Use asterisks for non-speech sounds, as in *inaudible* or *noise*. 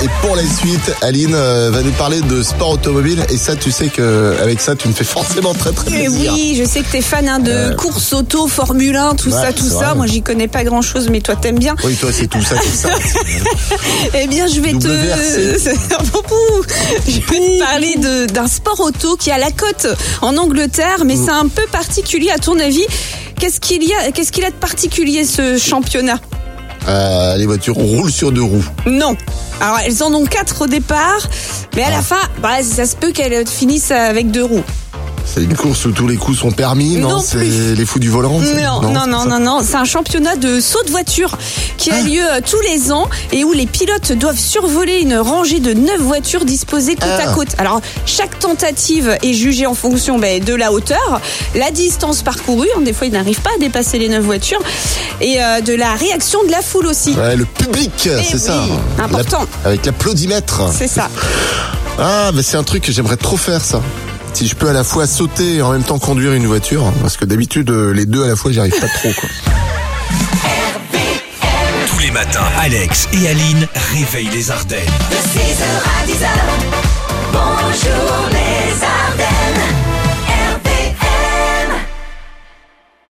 Et pour la suite, Aline euh, va nous parler de sport automobile. Et ça, tu sais que avec ça, tu me fais forcément très très Et plaisir. Eh oui, je sais que t'es fan hein, de Euh, course auto, Formule 1, tout ouais, ça, tout c'est ça. vrai. Moi, j'y connais pas grand chose, mais toi, t'aimes bien. Oui, toi, c'est tout ça, tout *laughs* ça. Eh bien, je vais *laughs* WRC. te. Poupou. je vais te parler de- d'un sport auto qui a la cote en Angleterre, Mm. mais c'est un peu particulier à ton avis. Qu'est-ce qu'il y a Qu'est-ce qu'il a de particulier ce championnat Euh, les voitures roulent sur deux roues. Non. Alors, elles en ont quatre au départ, mais à Ah. la fin, bah, ça se peut qu'elles finissent avec deux roues. C'est une course où tous les coups sont permis, non, Non C'est plus. les fous du volant c'est- Non, non, c'est non, ça Ah. non, non. C'est un championnat de saut de voiture qui a lieu euh, tous les ans et où les pilotes doivent survoler une rangée de neuf voitures disposées côte Ah. à côte. Alors, chaque tentative est jugée en fonction ben, de la hauteur, la distance parcourue, hein, des fois ils n'arrivent pas à dépasser les neuf voitures, et euh, de la réaction de la foule aussi. Ouais, le public, c'est Eh oui, ça. important. La- avec l'applaudimètre. C'est ça. Ah, mais c'est un truc que j'aimerais trop faire, ça. Si je peux à la fois sauter et en même temps conduire une voiture, hein, parce que d'habitude euh, les deux à la fois, j'y arrive pas trop. Quoi. Tous les matins, Alex et Aline réveillent les Ardennes. De 6h à 10h,